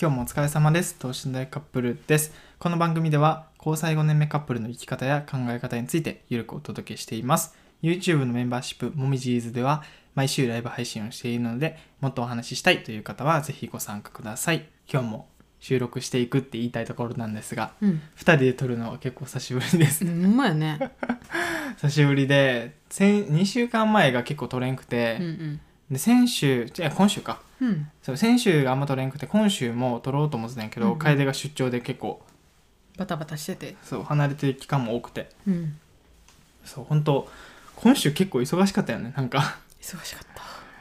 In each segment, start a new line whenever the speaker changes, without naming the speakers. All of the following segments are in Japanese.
今日もお疲れ様です等身大カップルですこの番組では交際5年目カップルの生き方や考え方についてゆるくお届けしています YouTube のメンバーシップもみじーずでは毎週ライブ配信をしているのでもっとお話ししたいという方はぜひご参加ください今日も収録していくって言いたいところなんですが
うん、
2人で撮るのは結構久しぶりです
うまいね。
久しぶりで先2週間前が結構取れんくて
う、ん
で先週じゃあ今週か
うん。うん。
そう先週があんま取れんくて今週も取ろうと思ってたんやけど、
うんうん
楓が出張で結構
バタバタしてて。
そう離れてる期間も多くて
うん。
そう本当今週結構忙しかったよねなんか
忙しかっ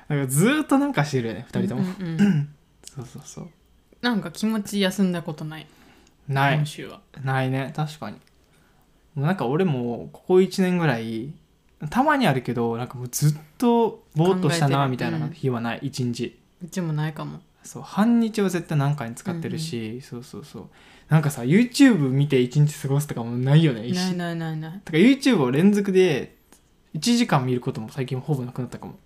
た。
なんかずーっとなんかしてるよね2人とも、
うんうんうん
そうそうそう
なんか気持ち休んだことない。
ない、
今週は。
ないね確かにもうなんか俺もここ1年ぐらいたまにあるけどなんかもうずっとぼーっとしたな
考え
み
て
た
る
いな日はない、一日
うちもないかも。
そう半日を絶対何回に使ってるし、そうそうそうなんかさ YouTube 見て一日過ごすとかもないよね一
ないないないない。
だから YouTube を連続で1時間見ることも最近ほぼなくなったかも、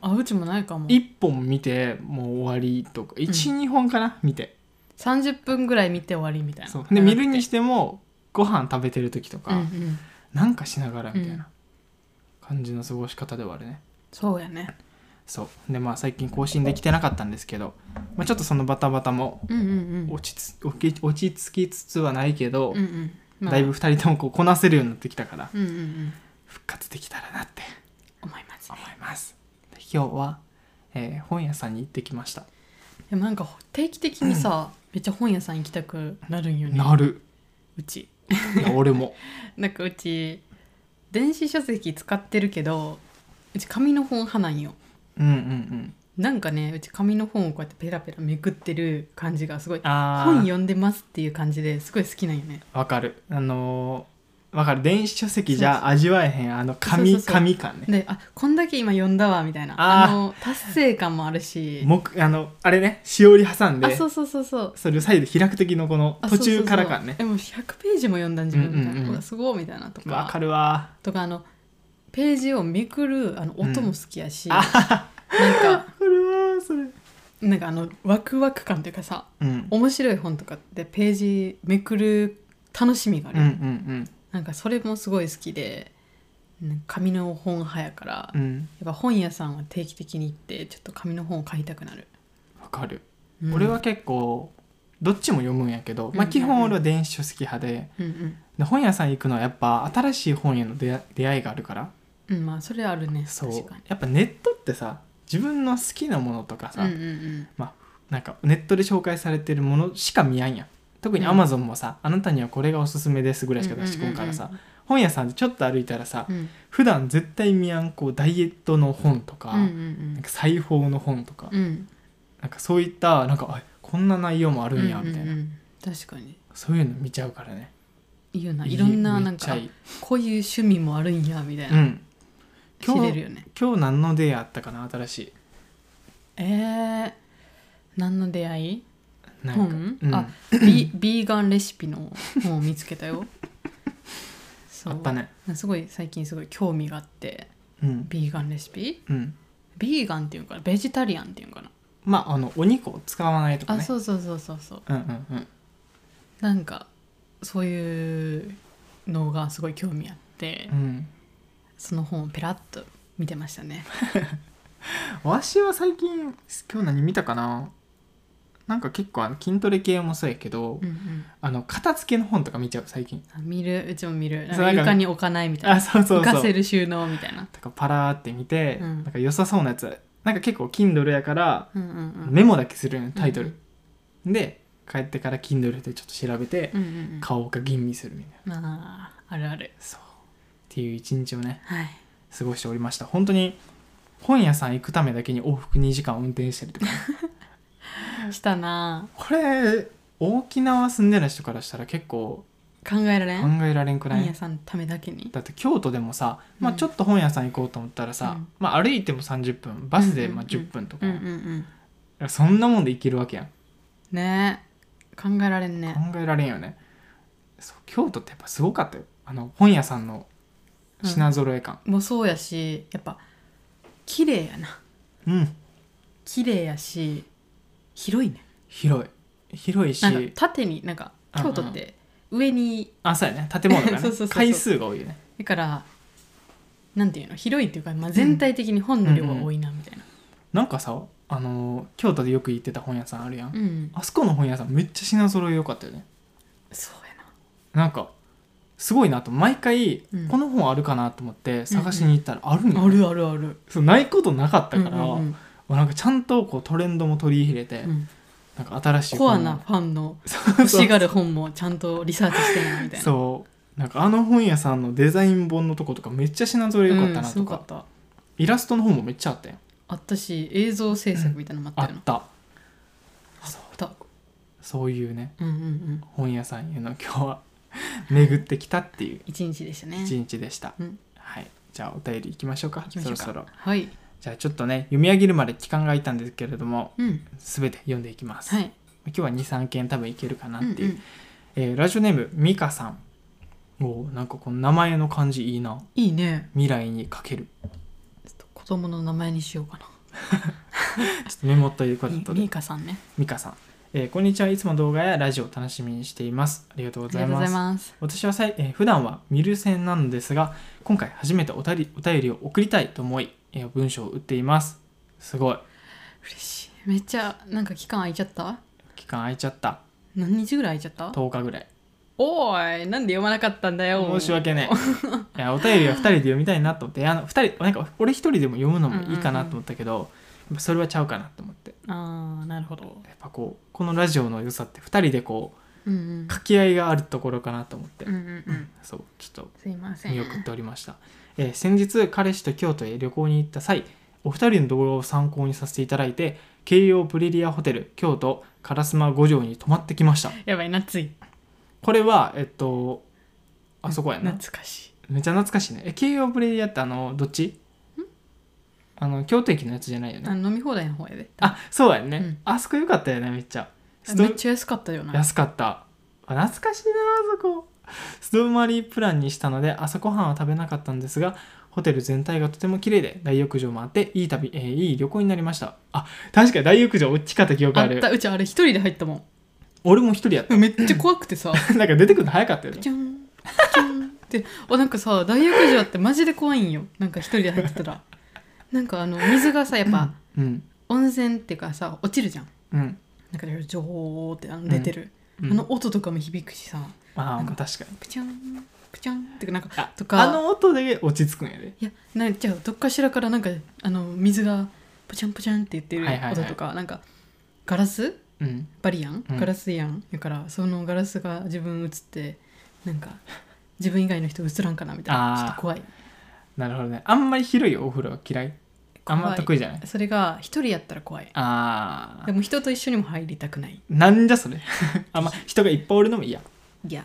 ああ、あ、うちもないかも。
1本見てもう終わりとか12、本かな見て
三十分ぐらい見て終わりみたいな。
そうで見るにしてもご飯食べてる時と
うんう
か、
ん。
なんかしながらみたいな感じの過ごし方ではあるね
そうやね。
そうでまあ最近更新できてなかったんですけど、まあ、ちょっとそのバタバタも
うんうんうん。
落ちつ落ち落ち着きつつはないけど、
うんうん。まあ
だいぶ。2人ともこうこなせるようになってきたから
うんうんうん。
復活できたらなって
思います
思
ね。
いますで今日は、えー本屋さんに行ってきました
でもなんか定期的にさ、めっちゃ本屋さん行きたくなるんよね。
なる
うち。
いや俺も
なんかうち電子書籍使ってるけどうち紙の本派なんよ
うんうんうん
なんかねうち紙の本をこうやってペラペラめくってる感じがすごい
あ
本読んでますっていう感じですごい好きなんよね
わかるあのーわかる電子書籍じゃ味わえへんあの
そう
紙
そうそう
紙感ね
であこんだけ今読んだわみたいな
あ
あ
ー
の達成感もあるし
木あのあれねしおり挟ん
あ
で
そうそうそうそう
それを再度開く時のこの
あ
途中から感ね
そうそうそうでも100ページも読んだん自分みたいな、
うんうんうん
うわすごいみたいなと
わか
か
るわ
とかあのページをめくるあの音も好きやし、
あ
なんか
わかるわそれ
なんかあのワクワク感というかさ
うん
面白い本とかってページめくる楽しみがあ
うんう
る、
ん
なんかそれもすごい好きでうん紙の本派やから、
うんうん
やっぱ本屋さんは定期的に行ってちょっと紙の本を買いたくなる、
わかる
うん
俺は、結構どっちも読むんやけど、まあ、
うん
基本俺は電子書籍派で
うんうん
で本屋さん行くのはやっぱ新しい本への出会出会いがあるから
うん、まあそれあるね
そう
確かに
やっぱネットってさ自分の好きなものとかさ、
うんうんうん
なんかネットで紹介されてるものしか見やんやん特に
うん
アマゾンもさ、あなたにはこれがおすすめですぐらいしか出してくんからさ、本屋さんでちょっと歩いたらさ、
うんうん
普段絶対見やんこうダイエットの本とか,、
うんうん
なんか裁縫の本とか、
うんうん
なんかそういったなんかあこんな内容もあるんやみたいな、
うんうんうん確かに
そういうの見ちゃうからね
いいよないろんな
め
な
っ
ん
ちゃ
か
いい
こういう趣味もあるんやみたいうな、
ん
知れるよね
今日何の出会いあったかな新しい
えー、何の出会い
なんか、
本、
うん
あビビーガンレシピの本を見つけ たよそ
あ
う
ったね
すごい最近すごい興味があって
うん
ビーガンレシピ
うん
ビーガンっていうのかなベジタリアンっていうのかな、
まああのお肉を使わないとか
あ
ね
そうそうそうそうそう
うんうんうん
なんかそういうのがすごい興味あって、
うん
その本をペラッと見てました ね
わしは最近今日何見たかななんか結構あの筋トレ系もそうやけど、
うんうん
あの片付けの本とか見ちゃう最近
あ見るうちも見るなん
そうな
か
んか
床に置かないみたい
あ
な
そうそう
浮
そう
かせる収納みたいな
とかパラーって見て、
うん
なんか良さそうなやつなんか結構 Kindle やから
うんうん
メモだけするよねタイトル、で帰ってから Kindle でちょっと調べて
うんうんうん
買おうか吟味するみたいな
まああるある
そうっていう一日をね
はい
過ごしておりました本当に本屋さん行くためだけに往復2時間運転したりと か
したなあ
これ沖縄住んでる人からしたら結構
考えられ
考
ん
えられんくら
本屋
い
さんのためだけに
だって京都でもさ、まあ、
うん
ちょっと本屋さん行こうと思ったらさ、
うん
まあ、歩いても30分バスでまあ
うんうんうん
10分とか、
うんうんうん
そんなもんで行けるわけやん
ねえ考えられんね
考えられんよねそう京都ってやっぱすごかったよあの本屋さんの品揃え感
もうそうやしやっぱ綺麗やな
うん、
綺麗やし広いね
広い広い
なんか
し
縦になんか
うんうん
京都って上に
あそうやね建物が
そうそうそうそ
ね
う
回数が多いよね
だからなんていうの広いっていうか、まあ、全体的に本の量が多いなみたいな、
なんかさあのー京都でよく行ってた本屋さんあるやん、
うん
あそこの本屋さんめっちゃ品揃え良かったよね
そうやな
なんかすごいなと毎回、
うん
この本あるかなと思って探しに行ったらあるんだよ、
あるあるある
そうないことなかったから、
うん
なんかちゃんとこうトレンドも取り入れて、
うんうん
なんか新しい
コア
本
なファンの
そう
欲しがる本もちゃんとリサーチしてないみたいなう
そうなんかあの本屋さんのデザイン本のとことかめっちゃ品揃え良かった
ん
な
す
と
ご
か,、
かった
イラストの本もめっちゃあったよ
あったし映像制作みたいなのもあ
あ
ったよ
っ
な
た
あった
そういうね
うんうんうん
本屋さんへの今 日は巡ってきたっていう
一日でしたね
一日でした、
うん
はいじゃあお便りいきましょうか
行きましょうか
そろそろ
はい
じゃあちょっとね読み上げるまで期間が空いたんですけれども
うん
全て読んでいきます、
はい
今日は23件多分いけるかなっていう、
うんうん
えーラジオネームみかさんおーなんかこの名前の感じいいない
いね
未来にかける
ちょっと子供の名前にしようかな
ちょっとメモということ
み
で
みーかさんね
ミカさん、えーこんにちはいつも動画やラジオを楽しみにしていますありがとうご
あり
ざい
がとう
ま
ござい
す
ます
私はさい、えー普段は見る線なのですが今回初めておたりお便りを送りたいと思い、えー文章を打っていますすごい
嬉しいめっちゃなんか期間空いちゃった
期間空いちゃった
何日ぐらい空いちゃった
10日ぐらい
おーいなんで読まなかったんだよ
申し訳ねえい やお便りは2人で読みたいなと思ってあの2人なんか俺1人でも読むのもいいかなと思ったけど、やっぱそれはちゃうかなと思って
ああなるほど
やっぱこうこのラジオの良さって2人でこう
うんうん
掛け合いがあるところかなと思って、
うんうんうん
そうちょっと
すいません
見送っておりました、えー先日彼氏と京都へ旅行に行った際お二人の動画を参考にさせていただいて京葉プレリアホテル京都烏丸五条に泊まってきました
やばい夏い
これはえっとあそこやな
懐かしい
めっちゃ懐かしいねえ京葉プレリアってあのどっちあの京都駅のやつじゃないよ
あ
ね
飲み放題の方やで
あそうやね、
うん
あそこよかったよねめっちゃスト
めっちゃ安かったよな
安かったあ懐かしいなあそこストーマリープランにしたので朝ごはんは食べなかったんですがホテル全体がとても綺麗で大浴場もあっていい旅、えーいい旅行になりましたあ確かに大浴場大きかった記憶
あ
あ
っ
る
たうちあれ一人で入ったも
俺も一人やっ
んめっちゃ怖くてさ
た なんか出てくるの早かったよね
じゃんじゃんってあなんかさ大浴場ってマジで怖いんよなんか一人で入ってたらなんかあの水がさやっぱ
うん
温泉っていうかさ落ちるじゃん
うん
なんかジョーってあの出てる、
うん
あの音とかも響くしさ
あ
な
あ
んか
確かに
プチャンプチャンってかなんか
あ
とか
あの音で落ち着くんやで
いやなんじゃあどっかしらからなんかあの水がポチャンポチャンって言ってる
はいはいはい
音とか、なんかガラス
うん
バリアン
うん
ガラスやん、だからそのガラスが自分映ってなんか自分以外の人映らんかなみたい
あ
な
ー
ちょっと怖い
なるほどねあんまり広いお風呂は嫌いあんま得意じゃない
それが一人やったら怖い
あ
で
あ
も人と一緒にも入りたくない
なんじゃそれ あんま人がいっぱいおるのも嫌
いや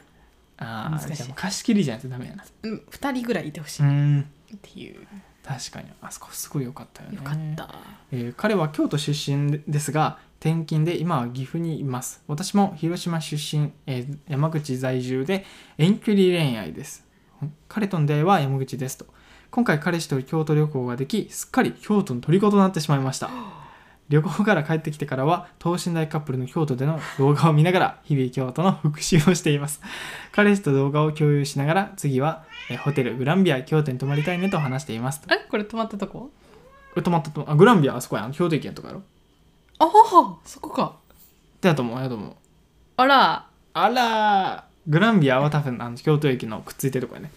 ああ
難しい
じゃあもう貸し切りじゃないとダメやな
うん二人ぐらいいてほし
う
いっ
ん
ていう、
確かにあそこすごい良かったよね
よかった
えー彼は京都出身ですが転勤で今は岐阜にいます私も広島出身、えー山口在住で遠距離恋愛ですん彼との出会いは山口ですと今回彼氏と京都旅行ができすっかり京都の虜となってしまいました旅行から帰ってきてからは等身大カップルの京都での動画を見ながら日々京都の復習をしています彼氏と動画を共有しながら次はえーホテルグランビア京都に泊まりたいねと話しています
あれこれ泊まったとこ
え泊まったとあグランビアあそこやん京都駅やんとかやろ
ああそこか
だと思うやと思う
あら
あらーグランビアは多分あの京都駅のくっついてるとこやね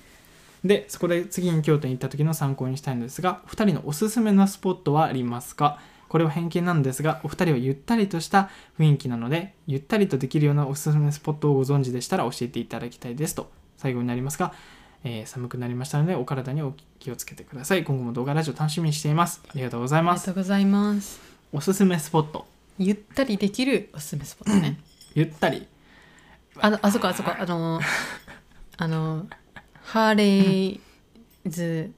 でそこで次に京都に行った時の参考にしたいのですがお二人のおすすめのスポットはありますかこれは偏見なんですがお二人はゆったりとした雰囲気なのでゆったりとできるようなおすすめスポットをご存知でしたら教えていただきたいですと最後になりますが、えー寒くなりましたのでお体にお気をつけてください今後も動画ラジオ楽しみにしていますありがとうござい
あり
ま
がと
す
うございます
おすすめスポット
ゆったりできるおすすめスポットね。
ゆったり
あのあそこあそこあのーあのーハーレイズ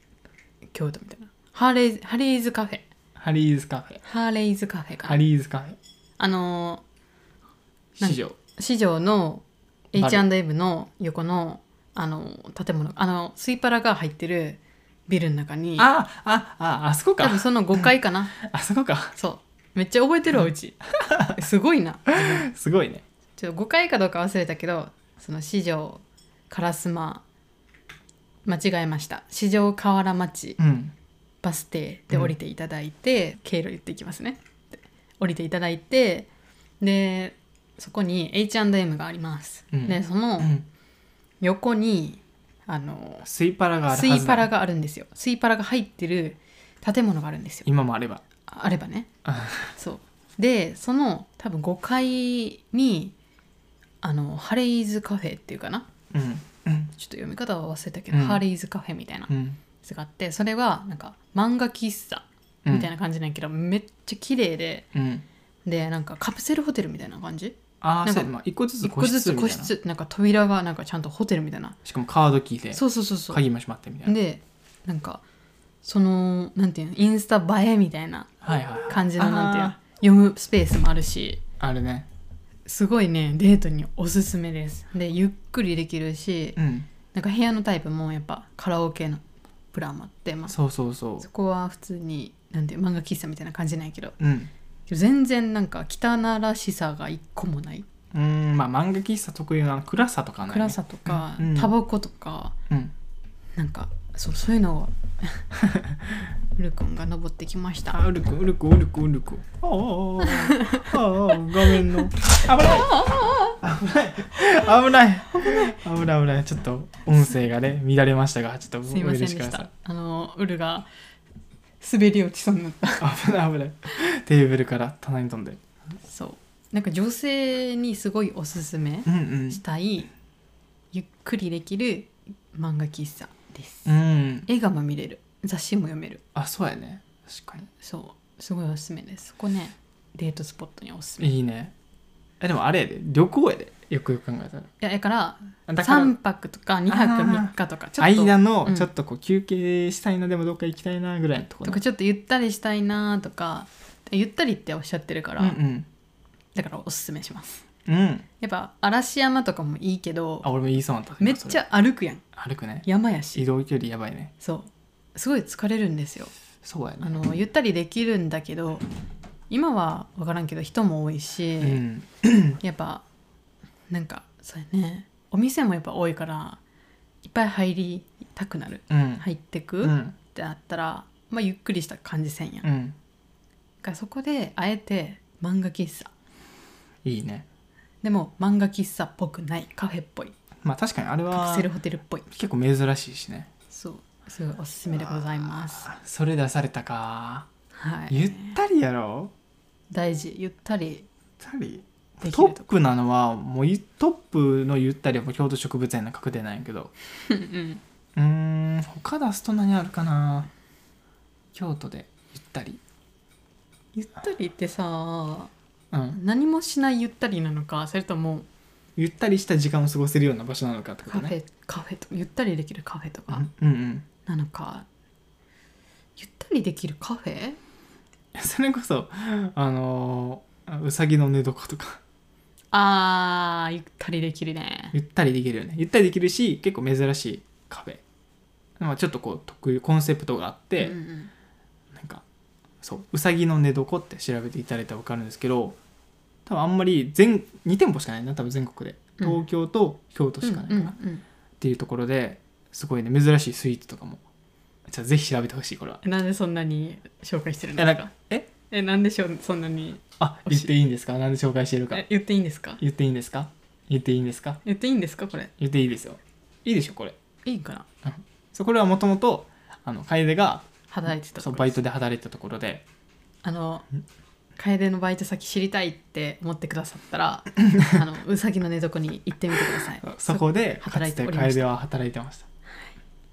京都みたいな。ハーレイズハーレイズカフェ
ハリーズカフェ
ハーレイズカフェか
ハ
な。
リーズカフェ
あの
市場
ー市場の
バル
H&M の横のあのー建物あのスイパラが入ってるビルの中に
あああああそこ
多
か
分その5階かな
あそこか
そうめっちゃ覚えてるわうち すごいな
すごいね
ちょっと5回かどうか忘れたけどその四条烏丸間違えました四条河原町
うん
バス停で降りていただいて、経路言っていきますねで降りていただいてでそこに H&M があります、
うん
でその
うん
横にあの
スイパラがあるは
ス
ずだ
イパラがあるんですよスイパラが入ってる建物があるんですよ
今もあれば
あればね
あ
そうでその多分5階にあのハレイズカフェっていうかな
うんうん
ちょっと読み方は忘れたけど、
うん
ハレイズカフェみたいな
う
や
ん
つがあってそれはなんか漫画喫茶みたいな感じなんやけど、めっちゃ綺麗で
うん
でなんかカプセルホテルみたいな感じ
あ
な
あ
んか
そうやまあ一個ずつ
一
個
個ず
室
つ
み
個
たいな
室なんか扉がなんかちゃんとホテルみたいな
しかもカードキーで
そうそうそうそう
鍵も閉まってみたいな
でなんかそのなんていうのインスタ映えみたいな
はいはいはい
感じのなんていうの
あ
読むスペースもあるし
ーあるね
すごいねデートにおすすめですでゆっくりできるし
うん
なんか部屋のタイプもやっぱカラオケのプランもあって、まあ、
そうそうそ
そこは普通になんていう漫画喫茶みたいな感じなんやけど
ううん
全然なんか汚らしさが一個もないう
ーんまあ漫画喫茶特有のあの暗さとかないね
暗さとか
うん
タバコとか
うん
なんかそうそういう のをウル君が登ってきました
あうるくうるくうるくうるくあーあー画面の危ない危ない危ない危ない危ないちょっと音声がね乱れましたがちょっとお
すいません
許
で
しく
し
ださい
たあのウルが滑り落ちそうになった
危ない危ないテーブルから棚に飛んで
そうなんか女性にすごいおすすめ
うんうん
したいゆっくりできる漫画喫茶です、
うん
絵がまみれる雑誌も読める
あそうやね確か
そうすごいおすすめですそこねデートスポットにおすすめい
にいいねえでもあれやで旅行やでよくよく考えたら
やだから
だから
3泊とか2泊
あー
3日とかちょっと
間の
うん
ちょっとこう休憩したいな、でもどっか行きたいなぐらいのところ
とかちょっとゆったりしたいなとかゆったりっておっしゃってるから、
うん
だからおすすめします
うんうん
やっぱ嵐山とかもいいけど
あ俺も言いそうになった
めっち
ゃ
ゃ歩くやん
歩くね
山やし
移動距離やばいね
そうすごい疲れるんですよ
そうやね
あのゆったりできるんだけど今は分からんけど人も多いし、
うん
やっぱなんかそうやねお店もやっぱ多いからいっぱい入りたくなる
うん
入ってく、
う
っ
ん
てなったら、まあ、ゆっくりした感じせんや
う
ん、だ
ん
からそこであえて漫画喫茶
いいね
でも漫画喫茶っぽくないカフェっぽい
まあ確かにあれ
カプ
は
セルホテルっぽい
結構珍しいしね
そうすごいおすすめでございます
あそれ出されたか
はい
ゆったりやろ
大事ゆったり
ゆったり
でき
ト
る
ップなのはもうゆトップのゆったりはもう京都植物園の確定なんやけど
うんう
う
ん
ーん他出すと何あるかな京都でゆったり
ゆったりってさ
うん
何もしないゆったりなのかそれとも
ゆったりした時間を過ごせるような場所なのかってこ
カ
と
フェ、
ね
カフェとゆったりできるカフェと
う
か
んうんうん
なのか、ゆったりできるカフェ
それこそあのーうさぎの寝床とか
あーゆったりできるね
ゆったりできるよねゆったりできるし結構珍しいカフェ、まあ、ちょっとこう特有コンセプトがあって、
うんうん
なんかそううさぎの寝床って調べていただいたら分かるんですけど多分あんまり全2店舗しかないな多分全国で
うん
東京と京都しかないかな、っ
うんうん
ていうところですごいね珍しいスイーツとかもじゃあぜひ調べてほしいこれは
うんなんでそんなに紹介してるん
え
で
な
す
ん
か
かえ
えなんでしょそんなに
あ言っていいんですかなんで紹介してるか
え言っていいんですか
言っていいんですか言っていいんですか
言っていいんですかこれ
言っていいですよいいでしょこれ
いいんかな
そうこれはもともとあの楓が
働いてたと
そう
こ
バイトで働いてたところで
あの楓のバイト先知りたいって思ってくださっ たらあのうさぎの寝床に行ってみてください
そこでか
働
つ
いて
て
おりました
楓は働いてました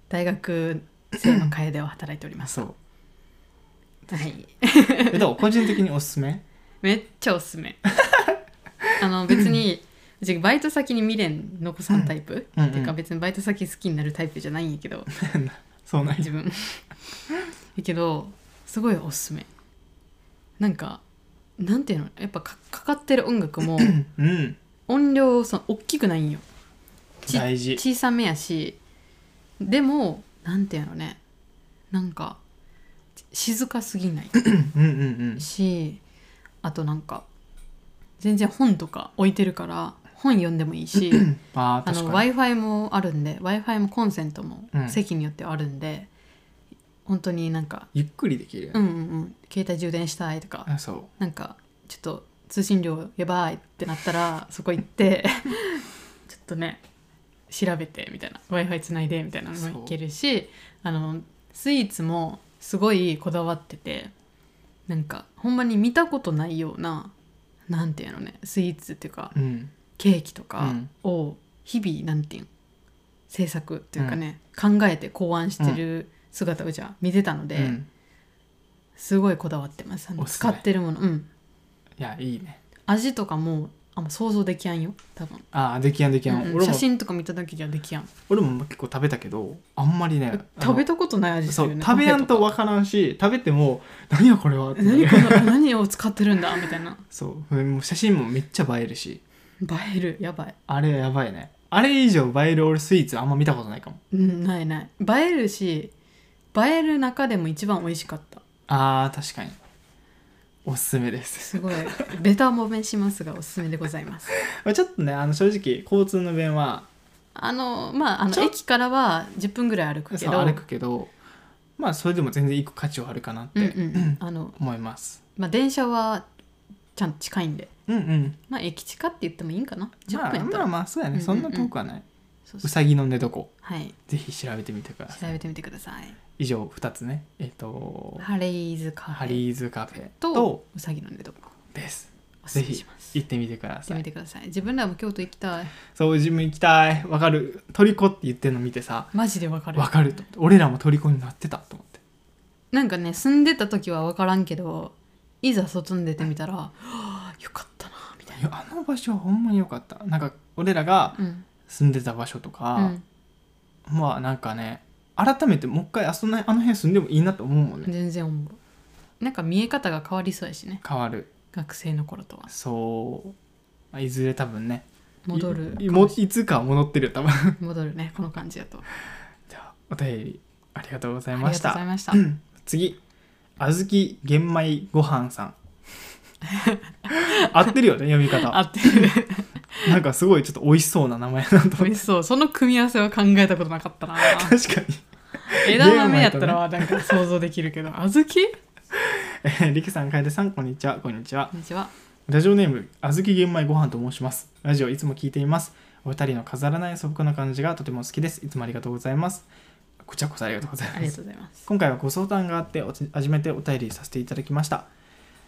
大学生の楓を働いております
そう
はい、
えどう個人的におすすめ
めっちゃおすすめあの別にうちバイト先に未練残さんタイプ、
うんうん
っていうか別にバイト先好きになるタイプじゃないんや けど
そうなんや
自分やけどすごいおすすめなんかなんていうのやっぱかかかってる音 楽も
うん
音量その大きくないんよち
大事
小さめやしでもなんていうのねなんか静かすぎない
うんうんうん
しあとなんか全然本とか置いてるから本読んでもいいし
ああ
あの
確
w
か
i
に
f i もあるんで w i f i もコンセントも
うん
席によってはあるんで、本当になんか
ゆっくりできるよ
う
ね、
んうんうん携帯充電したいとか、
あそう
なんかちょっと通信量やばいってなったらそこ行って ちょっとね調べてみたいな w i f i つないでみたいなのもいけるしあのスイーツもすごいこだわっててなんかほんまに見たことないようななんていうのねスイーツっていうか
うん
ケーキと
う
か
ん
を日々なんていうん制作っていうかね、考えて考案してる姿をじゃあ見てたので、
うん
すごいこだわってますあの
おすす
使
め
ってるものうん
いやいいね
味とかもあんま想像できやんよ多分、
ああできやんできやん、
うん
俺
写
も
真とか見ただけじゃできやん
俺も結構食べたけどあんまりねあの
食べたことない味す
そ
るよ
う
ね
食べやんと分からんし食べても何やこれはって
何この何を使ってるんだみたいな
そうもう写真もめっちゃ映えるし
映えるやばい、
あれやばいねあれ以上映える俺スイーツあんま見たことないかも
うん、ないない映えるし映える中でも一番美味しかった
あー確かにおすすめです
すごいベタ褒めしますがおすすめでございます
まあちょっとねあの正直交通の便は
あのまああ
ち
の
ょ
駅からは10分ぐらい歩くけ
そう
ど
歩くけどまあそれでも全然行く価値はあるかなっ
うんう
て
んうんあの
思います
まあ電車はちゃんと近いんで
うんうん
まあ駅近って言ってもいいんかな
ま
10
あ
分やった
ま
ら、
あまあそうやね、
うんうん
そ
うん
んな遠くはない
そう
う
そう
さぎの寝床
はい
ぜひ調べてみてください
調べてみてください
以上2つねえっ、と
ハレイズカフ
ハ
ェ
リーズカフェ
と
と
うさぎの寝床
です
おす
ぜ
すめ
ひ
します行
行ってみてくだ
って
さ
み
い
てください自分らも京都行きたい
そう自分行きたいわかるトリコって言ってるの見てさ
マジでわかる
わかると思って俺らもトリコになってたと思って
なんかね住んでた時はわからんけどいざ外に出てみたら、はあよかったなみたい
いやあの場所はほんまに良かったなんか俺らが
なうん
住んでた場所と
う
か、
ん
まあなんかね改めてもう一回あそんなあの辺住んでもいいなと思うもんね
全然おもろいなんか見え方が変わりそうやしね
変わる
学生の頃とは
そうまあいずれ多分ね
戻る
いもいつかは戻ってるよ多分
戻るねこの感じだと
じゃあお便りありがとうござ
あ
い
りが
ま
と
し
うござい
た
ました
次あずき玄米ごはんさ ん合ってるよね読み
あ
方
ってる
なんかすごいちょっと美味しそうな名前だなと思って
美味しそうその組み合わせは考えたことなかったな
確かに
枝豆やったらなんか想像できるけど小豆
えーりくさん楓さんこんにちはこんにちは
こんにちは。
ラジオネームあずき玄米ご飯と申しますラジオいつも聞いていますお二人の飾らない素朴な感じがとても好きですいつもありがとうございますこちらこそありがとうござい
あ
ま
りが
す
とうございます。
今回はご相談があっておつ初めてお便りさせていただきました、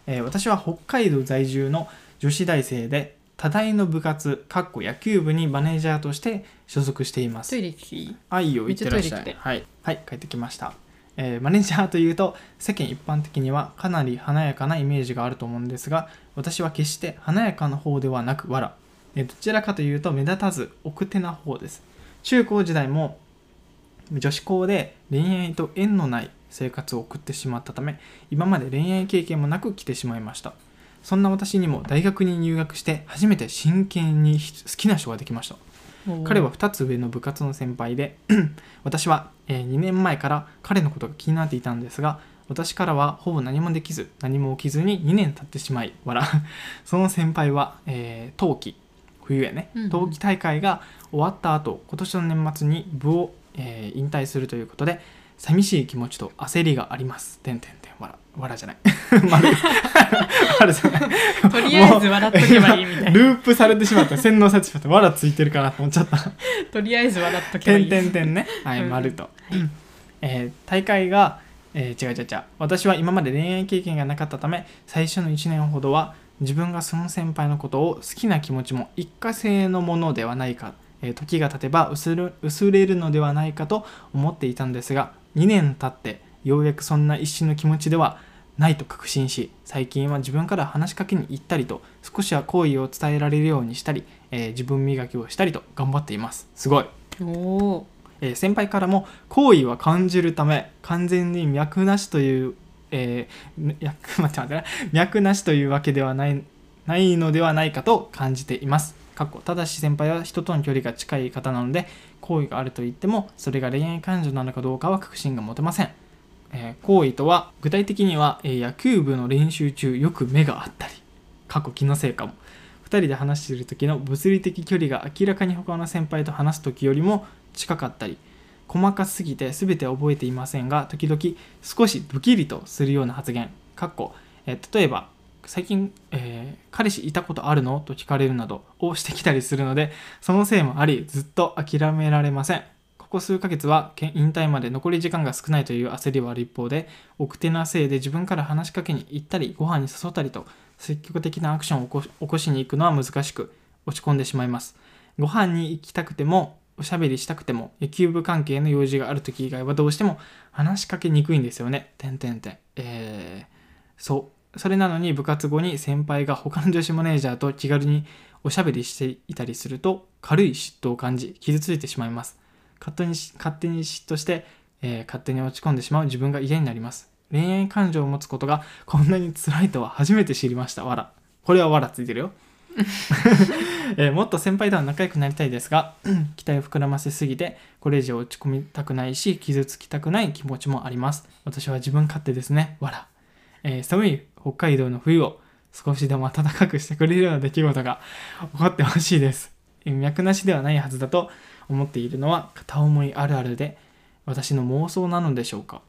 えー私は北海道在住の女子大生で多大の部活かっこ野球部にマネージャーとして所属しています
トイレ来ていい
愛を言ってらっしゃ
めっちゃトイレ
い
来て
はい、はい、帰ってきました、えーマネージャーというと世間一般的にはかなり華やかなイメージがあると思うんですが私は決して華やかな方ではなくわら、えーどちらかというと目立たず奥手な方です中高時代も女子校で恋愛と縁のない生活を送ってしまったため今まで恋愛経験もなく来てしまいましたそんな私にも大学に入学して初めて真剣に好きな人ができました彼は2つ上の部活の先輩で 私は、え2年前から彼のことが気になっていたんですが私からはほぼ何もできず何も起きずに2年経ってしまい笑 その先輩は、えー冬季冬やね
うんうん
冬季大会が終わった後今年の年末に部を、えー引退するということで寂しい気持ちと焦りがあります。てんてんてんわらわらじゃない。 丸丸じゃない。
とりあえず笑っとけばいいみたい な。
ループされてしまった洗脳されてしまったわらついてるかなと思っちゃった
とりあえず笑っとけばい
点点
い。
点 ね、は
う
い、
ん
丸と、 えー大会が、えー違う違う違う私は今まで恋愛経験がなかったため最初の1年ほどは自分がその先輩のことを好きな気持ちも一過性のものではないか、えー時が経てば薄る薄れるのではないかと思っていたんですが2年経ってようやくそんな一瞬の気持ちではないと確信し最近は自分から話しかけに行ったりと少しは好意を伝えられるようにしたり、えー自分磨きをしたりと頑張っていますすごい
おお
えー先輩からも好意は感じるため完全に脈なしという、えーみ脈 待って待ってね脈なしというわけではないないのではないかと感じています。かっこただし先輩は人との距離が近い方なので好意があると言ってもそれが恋愛感情なのかどうかは確信が持てません。えー好意とは具体的には、えー野球部の練習中よく目が合ったり過去気のせいかも2人で話している時の物理的距離が明らかに他の先輩と話す時よりも近かったり細かすぎて全て覚えていませんが時々少しドキリとするような発言かっこ、えー例えば最近、えー彼氏いたことあるのと聞かれるなどをしてきたりするのでそのせいもありずっと諦められませんここ数ヶ月はけん引退まで残り時間が少ないという焦りはある一方で奥手なせいで自分から話しかけに行ったりご飯に誘ったりと積極的なアクションを起こし起こしに行くのは難しく落ち込んでしまいますご飯に行きたくてもおしゃべりしたくても野球部関係の用事がある時以外はどうしても話しかけにくいんですよね。てんてんてん。えー、そう。それなのに部活後に先輩が他の女子マネージャーと気軽におしゃべりしていたりすると軽い嫉妬を感じ傷ついてしまいます。勝手にし勝手に嫉妬して、えー勝手に落ち込んでしまう自分が嫌になります。恋愛感情を持つことがこんなに辛いとは初めて知りました。わら。これはわらついてるよ。えーもっと先輩とは仲良くなりたいですが 期待を膨らませすぎてこれ以上落ち込みたくないし傷つきたくない気持ちもあります私は自分勝手ですねわら、えー寒い北海道の冬を少しでも暖かくしてくれるような出来事が 起こってほしいですえー脈なしではないはずだと思っているのは片思いあるあるで私の妄想なのでしょうか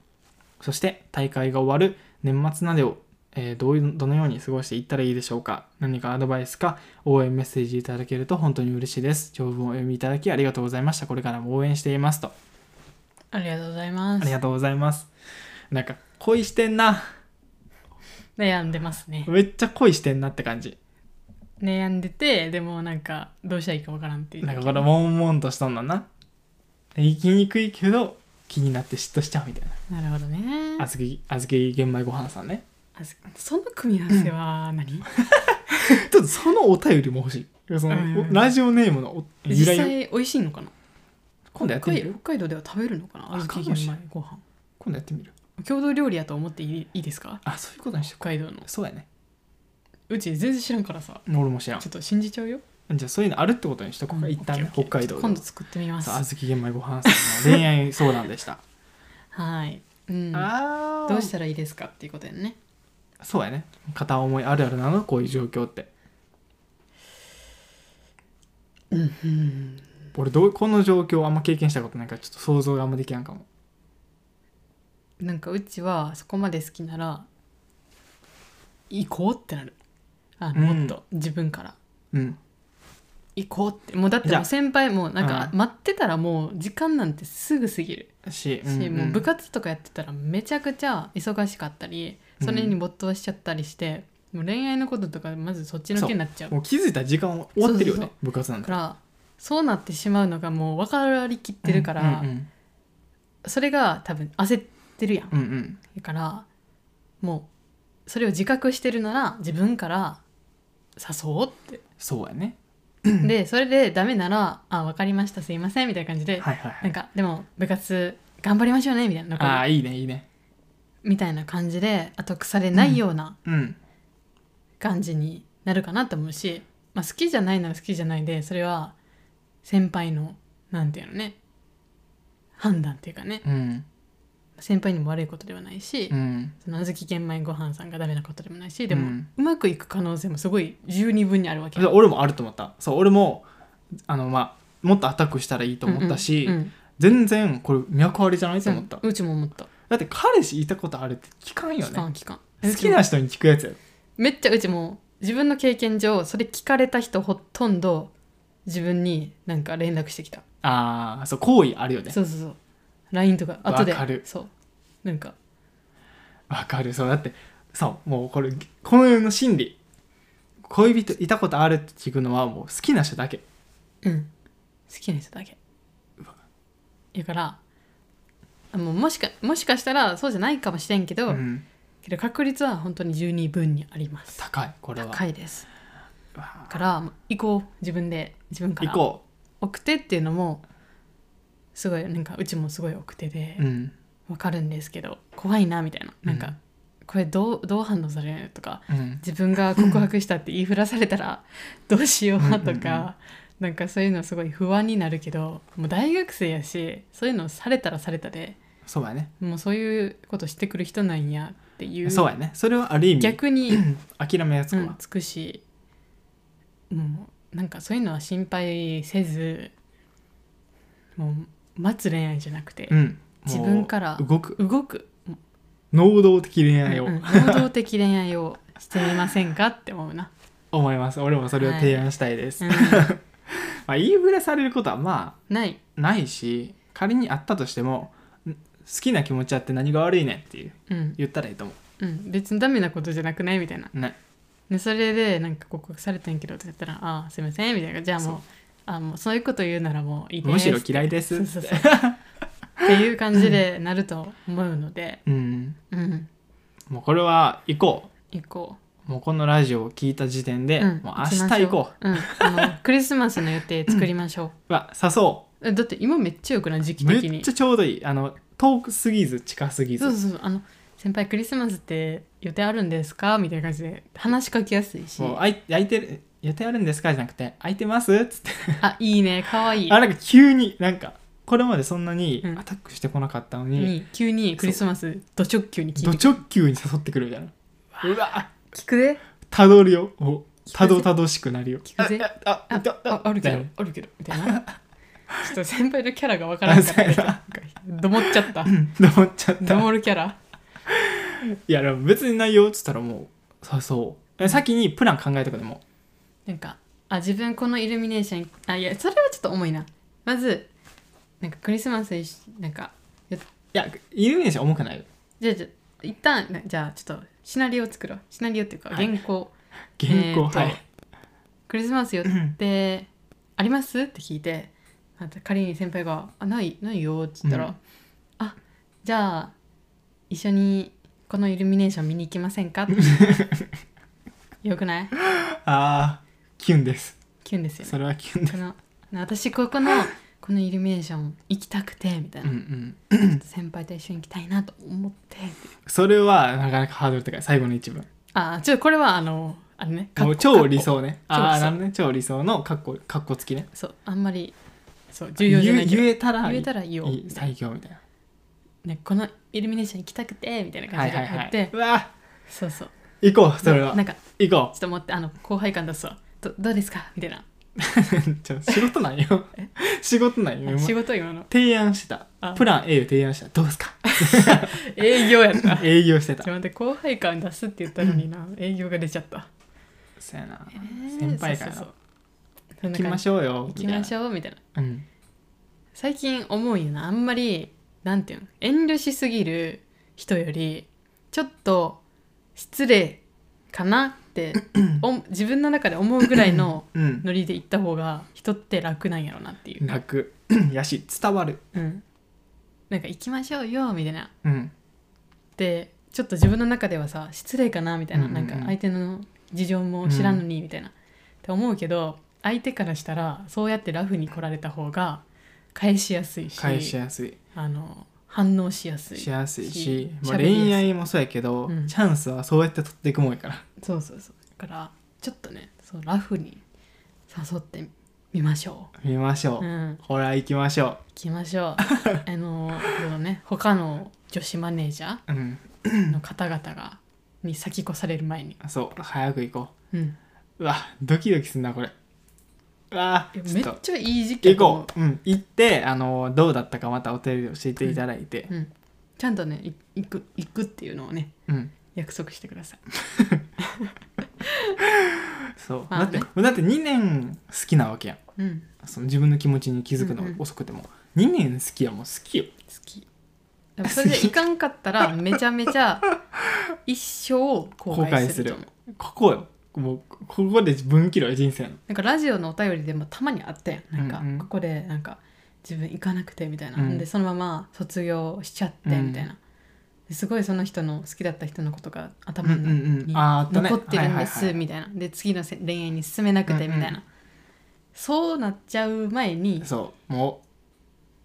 そして大会が終わる年末までを、えーどういうどのように過ごしていったらいいでしょうか何かアドバイスか応援メッセージいただけると本当に嬉しいです長文をお読みいただきありがとうございましたこれからも応援していますと
ありがとうございます
ありがとうございますなんか恋してんな
悩んでますね
めっちゃ恋してんなって感じ
悩んでてでもなんかどうしたらいいかわからんっていう
なんかこれ悶々としとんのな行きにくいけど気になって嫉妬しちゃうみたい
なるほどね
なあずきあずき玄米ご飯さんね
あそその組み合わせは何
ちょっとそのお便りも欲しいその、
うん
ラジオネームのお由
実
来
際美味しいのかな
今度やって
北
み
海
る
北海道では食べるのかな
あ
小豆
かもしれ
玄
ん
米ご飯
今度やってみる
郷土料理やと思っていいいいですか
あそういうことにして
北海道の
そうやね
うち全然知らんからさ
俺も知らん
ちょっと信じちゃうよ
じゃあそういうのあるってことにしとこうか、
うん
一旦ね
オッケーオ
北
ッケー
海道で
今度作ってみます
そう小豆玄米ご飯さんの恋愛相談でした
はい、うん、
あ
どうしたたらいいですかっていうことやね
そうやね片思いあるあるなのこういう状況って
うん
俺どうこの状況あんま経験したことないからちょっと想像があんまできやんかも
なんかうちはそこまで好きなら行こうってなるあの、
うん
もっと自分から
うん
行こうってもうだって
じゃあ
もう先輩もなんか
う
待ってたらもう時間なんてすぐ過ぎる
し、
し、
んん
もう部活とかやってたらめちゃくちゃ忙しかったりそれに没頭しちゃったりして、もう恋愛のこととかまずそっちのけになっちゃう
もう気づいたら時間終わってるよね
そうそうそう
部活なん
だ
て
からそうなってしまうのがもう分かりきってるから、
うんうん
それが多分焦ってるやん
うんうん
だからもうそれを自覚してるなら自分から誘おうって、
そうやね
でそれでダメなら「あ分かりましたすいません」みたいな感じで、
はいはいは
ないんかでも部活頑張りましょうねみたいな
あ
残
あ
り
いいねいいね
みたいな感じで後腐れないような
うん
感じになるかなと思うし、まあ、好きじゃないなら好きじゃないでそれは先輩のなんていうのね判断っていうかね
うん
先輩にも悪いことではないし、
うん
その小豆玄米ご飯さんがダメなことでもないしでも、
う
うんまくいく可能性もすごい十二分にあるわけ
で俺もあると思ったそう俺もあのまあもっとアタックしたらいいと思ったし、
うんうん
全然これ脈ありじゃないと思った、
うんうちも思った
だって彼氏いたことあるって聞かんよ
期
ね
間期間
好きな人に聞くやつやろ
めっちゃうちも自分の経験上それ聞かれた人ほとんど自分になんか連絡してきた、
ああそう好意あるよね
そうそうそう LINE とか後で
わかる
そうなんか
わかるそうだってそうもうこれこの世の真理恋人いたことあるって聞くのはもう好きな人だけ
うん好きな人だけだからあもうもしかもしかしたらそうじゃないかもしれんけど、
うん、
けど確率は本当に十二分にあります
高いこれは
高いです
わあ
からもう行こう自分で自分か
行
ら
こ
奥手っていうのもすごいなんかうちもすごい奥手で
う、うん
わかるんですけど怖いなみたいななんか、
うん
これどうどう反応されるとか
うん、
自分が告白したって言いふらされたら どうしようとか、
うんうんうん
なんかそういうのすごい不安になるけどもう大学生やしそういうのされたらされたで
そうやね
もうそういうことしてくる人なんやっっていう
そうやねそれはある意味
逆に、うん
諦めやつ子は、
つくしもうなんかそういうのは心配せずもう待つ恋愛じゃなくて、
うん
自分から
もう動く
動く
能動的恋愛を
うん能動的恋愛をしてみませんかって思うな、
思います、俺もそれを提案したいです、
うん
まあ言いふらされることはま
ない
あないし仮にあったとしてもん好きな気持ちあって何が悪いねんっていう
うん、
言ったらいいと思
うん、別にダメなことじゃなくないみたいな
うね
でそれでなんか告白されたんやけどって言ったら「ああすいません」みたいなじゃあもう
そう
あもうそういうこと言うならもういいです
むしろ嫌いです
そうそうそうっていう感じでなると思うので
うん
うん
もうこれは行こ
行こ
うもうこのラジオを聞いた時点
う、
で、
うん、
もう明日行こ
う、うん、あ のクリスマスの予定作りましょ
うは誘お
う、えだって今めっちゃよくない時
う
期的に
めっちゃちょうどいいあの遠くすぎず近すぎず
そうそうそうあの先輩クリスマスって予定あるんですかみたいな感じで話しかけやすいし
もうあい空いてる予定あるんですかじゃなくて空いてますっつって
あいいねかわいい
あなんか急になんかこれまでそんなに
うん
アタックしてこなかったのに、
に急にクリスマスド直球に聞いて
ド直球に誘ってくるみたいなうわ
聞くで
たどるよおたどたどしくなるよ
聞くぜ
あああ
あ
だ
ああるけ
だ
ど
よ
あるけどみたいなちょっと先輩のキャラがわからんかったけど
あ
どもっちゃった
黙っちゃっ
ど
た
もるキャラ
いやでも別に内容っつったらもう誘おうえ先にプラン考えとくでも
なんかあ自分このイルミネーションあいやそれはちょっと重いなまずなんかクリスマス一緒なんか
いやイルミネーション重くない
じゃあじゃあ一旦なじゃあちょっとシナリオ作ろうシナリオっていうか
はい
原稿、
原稿、
えーと
はい
クリスマス予定ありますって聞いてあと仮に先輩が「あないないよ」って言ったら「
うん
あじゃあ一緒にこのイルミネーション見に行きませ んか?」ってよくない
あーキュンです
キュンですよね
それはキュンです
この私ここのこのイルミネーション行きたくてみたい
うんう
な、
ん
先輩と一緒に行きたいなと思って
それはなかなかハードル高い最後の一文
あちょこれはあのあのねかっ
も
こ
う超理想ね
かっこ
ああ
超
なる
理想
ほどね超理想のカッコカッコ付きね
そうあんまりそう重要じゃないけ
言
ど
え言えたら
言えたらいいよ
いい最強みたいな
ね、このイルミネーション行きたくてみたいな
はい
感じで
はい
入
は
って、
いわわ
そうそう
行こうそれは
なんかちょ
行こ
っと待ってあの後輩感出すわどどうですかみたいな
うちょ仕事なんよ仕事なんよ
仕事今の
提案してた
あ
プラン A を提案したどうですか
営業やった ちょっ
営業してた
と待って後輩感出すって言ったのにな営業が出ちゃった、
そうやな先輩から
そ
行
うそうそうそんな
きま
感じ
しょうよ
行きまし
ょ
ょうみたいな
ううん
最近思うよなあんまりなんていうの遠慮しすぎる人よりちょっと失礼かな ってお自分の中で思うぐらいの
うん
ノリで行った方が人って楽なんやろなっていう、
楽 やし伝わる
うん、なんか行きましょうよみたいな
うん
でちょっと自分の中ではさ失礼かなみたいな,、
うんうんうん
なんか相手の事情も知らんのにみたいな、って思うけど相手からしたらそうやってラフに来られた方が返しやすいし
返しやすい
あの反応しやすい
しやすいし
し
まあ
喋りやすい
恋愛もそうやけど
うん
チャンスはそうやって取っていくもんやから
そうそうそうだからちょっとねそうラフに誘ってみましょ
見ましょ
う、
う
う、
んほら行きましょ
行きまし ょうあのこのね他の女子マネージャ
ううん
ーの方々がに先越される前に、
そう早く行こ
うん、
ううわドキドキすんなこれうわ
いや
ちょ
めっ
っと
ちゃいい時期や
行
と思
こううん行ってあのどうだったかまたお便り教えていただいて
う、うん、ちゃんとねい行く行くっていうのをね
うん
約束してください
そう
ま
だ
あ
って
ね
だって2年好きなわけやん
うん
その自分の気持ちに気づくの
うんうん
遅くても、二2年好きやもう好きよ
好きでもそれでいかんかっ たらめちゃめちゃ一生後悔すると思う
ここよもうここで分岐路よ人生の
なんかラジオのお便りでもたまにあったやんなんか、
うんうん
ここでなんか自分行かなくてみたいな、
うん
でそのまま卒業しちゃってみたいな、ですごいその人の好きだった人のことが頭に,、
うんうんうんあーあったね
残ってるんです、
はいはいはい
みたいなで次のせ恋愛に進めなくてみたいな、
うんう
そうなっちゃう前に
そうもう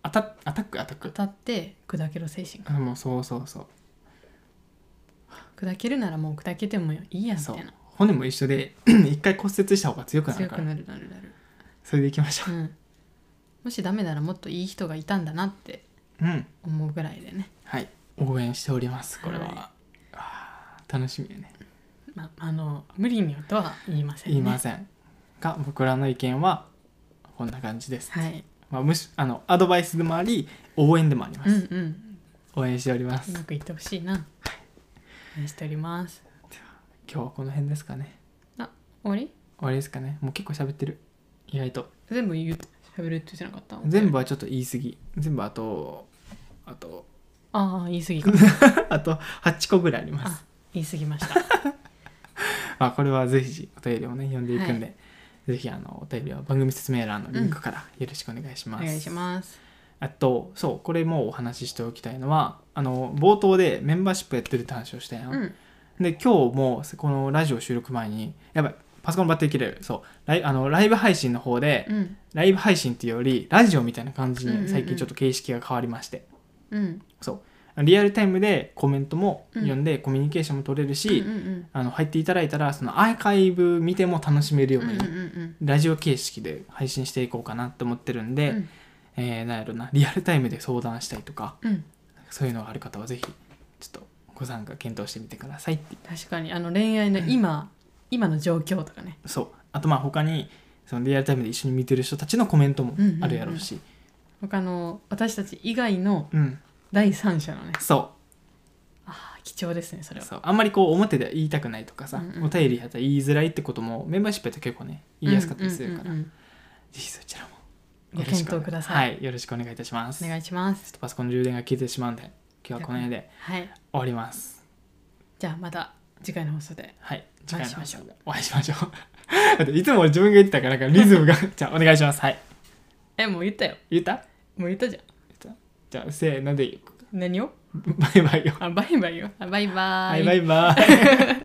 アタアタックアタッ
当
ク
たって砕けろ精神
あもうそうそうそう
砕けるならもう砕けてもいいやみた
そう
いな
骨も一緒で 一回骨折した方が強くな
強
るか
く
ら
なるなるなる、
それでいきましょ
うん、もしダメならもっといい人がいたんだなって
ううん
思うぐらいでね
はい応援しておりますこれは、
はい
あ楽しみやね
まあの無理にはとは言いません、ね、
言いません、が僕らの意見はこんな感じです、
はい
まあ、むしあのアドバイスでもあり応援でもありま
う
す、
んうん
応援しております
うまくいってほしいな応援しております
今日はこの辺ですかね
終わり
終わりですかねもう結構喋ってる意外と
全部言う喋るって言ってなかった
全部はちょっと言い過ぎ全部あとあと
ああ言い過ぎか
あと8個ぐらいあります
あ言い過ぎました
まあ、これはぜひお便りをね読んでいくんで、
は
ぜひあのお便りは番組説明欄のリンクからよろしくお願いし
お
ます。
願いします
あとそうこれもうお話ししておきたいのはあの冒頭でメンバーシップやってるって話をしたやん。
うん
で今日もこのラジオ収録前にやばいパソコンのバッテリー切れるそうライあのライブ配信の方で、
うん
ライブ配信っていうよりラジオみたいな感じ
うんうんうん
に最近ちょっと形式が変わりまして、
うん
そうリアルタイムでコメントも読んで、コミュニケーションも取れるし、
うんうん
あの入っていただいたらそのアーカイブ見ても楽しめるよ
う
うに、
んうんうん
ラジオ形式で配信していこうかなと思ってるんで、
うん
えーなんやろなリアルタイムで相談したいとか
うんうん
そういうのがある方はぜひちょっとご参加検討してみてくださいってい
確かにあの恋愛の今今の状況とかね
うそうあとまあ他にそのリアルタイムで一緒に見てる人たちのコメントもあるやろうし
他の私たち以外の
うん
第三者のね
そ
ああ貴重ですねそれ
う
は
そうあんまりこう表では言いたくないとかさ、
うんうん
お便りやったら言いづらいってこともメンバーシップやったら結構ね言いやすかったりするから、
うんうんうん
ぜひそちらも
ご検討ください
はいよろしくお願いいたします
う
ちょ
んお願いします
っとパソコンの充電が切れてしまうんで今日はこの辺で
はい
終わります
じゃあまた次回の放送で
はい、
お会いし
の
まし
放
ょう
送でお会いしましょう。 だっていつも自分が言ってたから、なんかリズムが。じゃあ、お願いします。はい。
えもう言ったよ
言った
もう言ったじゃん
じゃあ、せーのでいい、
何を
バイバイよ。
あバイバイよあバイバ
は
イ
い、バイバイ。